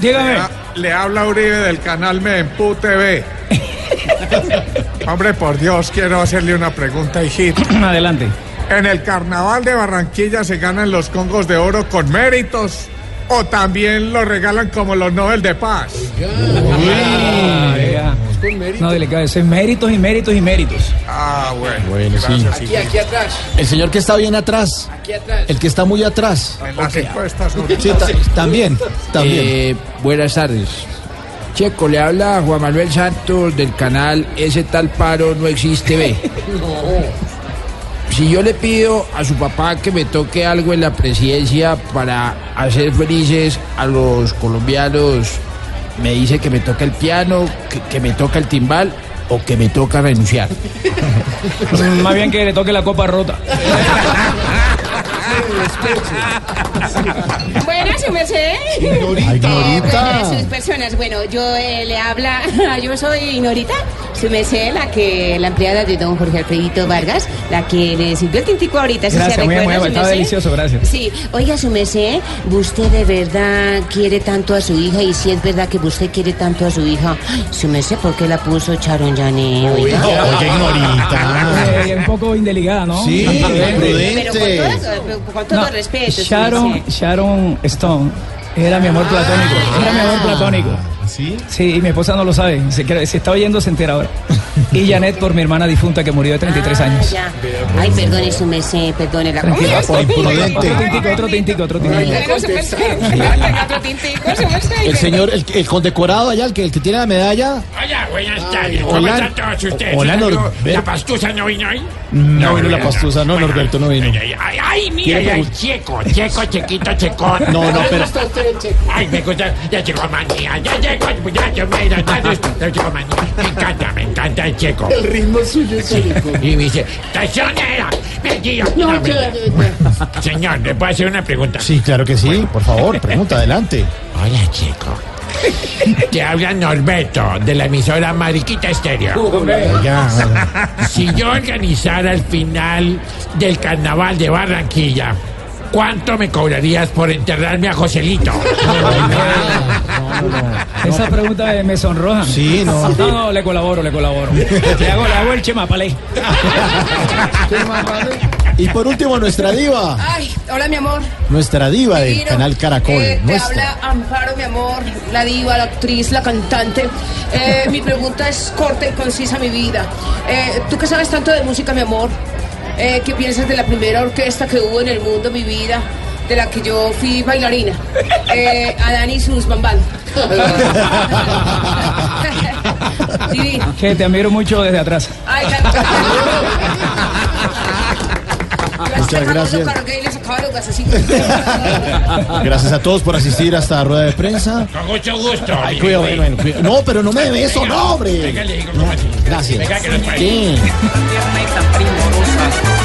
Dígame. Le, ha- le habla Uribe del canal Me Empu TV. Hombre, por Dios, quiero hacerle una pregunta, hijito. Adelante. ¿En el carnaval de Barranquilla se ganan los congos de oro con méritos? ¿O también los regalan como los Nobel de Paz? Ah, ya. No, delicado. Ese es méritos y méritos y méritos. Ah, bueno. Bueno, sí. gracias, hijito. El señor que está bien atrás. El que está muy atrás. En las encuestas. ¿no? Sí, ta- también, también. Eh, buenas tardes. Checo, le habla Juan Manuel Santos del canal Ese tal paro no existe B. Si yo le pido a su papá que me toque algo en la presidencia para hacer felices a los colombianos, me dice que me toca el piano, que, que me toca el timbal o que me toca renunciar. Más bien que le toque la copa rota. Buenas, su merced. Ay, Norita. Buenas, sus personas. Bueno, yo eh, le habla, yo soy Norita, su merced, la que, la empleada de don Jorge Alfredito Vargas, la que le sirvió el tintico ahorita, si se Gracias, muy recuerda, amable. su Estaba merced. delicioso, gracias. Sí, oiga, su merced, ¿usted de verdad quiere tanto a su hija? Y si es verdad que usted quiere tanto a su hija, ay, su merced, ¿por qué la puso Charon Yané? oiga? Eh, Oye, Ignorita. Eh, un poco indelicada, ¿no? Ah. Sí, Pero con prudente. todo, con todo No, respeto, su Sharon, merced. Sharon Stone era mi amor platónico. Era mi amor platónico. Ah. ¿Sí? Sí, y mi esposa no lo sabe. Se, cre- se está oyendo, se entera ahora. Y Janet por mi hermana difunta que murió de 33 Ah, años. ya. Ay, perdone su merced, eh, perdone la Tranquila, por imprudente. Otro tintico, otro tintico, otro tintico. El señor, el, el condecorado allá, el que, el que tiene la medalla. Hola, buenas tardes. ¿Cómo hola. están todos ustedes? Hola, ¿Salió Norberto. ¿La pastusa no vino hoy? No vino la pastusa, no, Norberto no vino. Ay, ay, ay, mira, Quiere ay, pregun- checo, checo, chequito, checo. No, no, pero. Ay, me gusta, ya llegó manía, ya llegó el muchacho, mira, ya llegó- ya llegó manía. Me encanta, me encanta el checo. El ritmo suyo es único. Y me dice, traicionera, me guío. No, me- Señor, ¿le puedo hacer una pregunta? Sí, claro que sí. Por favor, pregunta, adelante. Hola, checo. Te habla Norberto, de la emisora Mariquita Estéreo. Ya, bueno. Si yo organizara el final del carnaval de Barranquilla, ¿cuánto me cobrarías por enterrarme a Joselito? Esa pregunta eh, me sonroja. Sí, no. No, no, le colaboro, le colaboro. Le hago, le hago el chema, palé. Y por último, nuestra diva. Ay, hola mi amor. Nuestra diva del Miro, canal Caracol. eh, te nuestra. habla Amparo, mi amor, la diva, la actriz, la cantante. Eh, mi pregunta es corta y concisa, mi vida. Eh, Tú que sabes tanto de música, mi amor, eh, ¿qué piensas de la primera orquesta que hubo en el mundo, mi vida? De la que yo fui bailarina. Eh, Adán y sus bambán. Divino. Que te admiro mucho desde atrás. Ay, la... Muchas gracias. Lo cargué y le sacaba los gasecitos. Gracias a todos por asistir a esta rueda de prensa. Con mucho gusto. Ay, cuidado, bueno, bueno, cuidado. No, pero no me debe eso, no, hombre. Venga, le digo cómo así. Gracias. Venga, que nos parece. Sí. tierna y tan primorosa,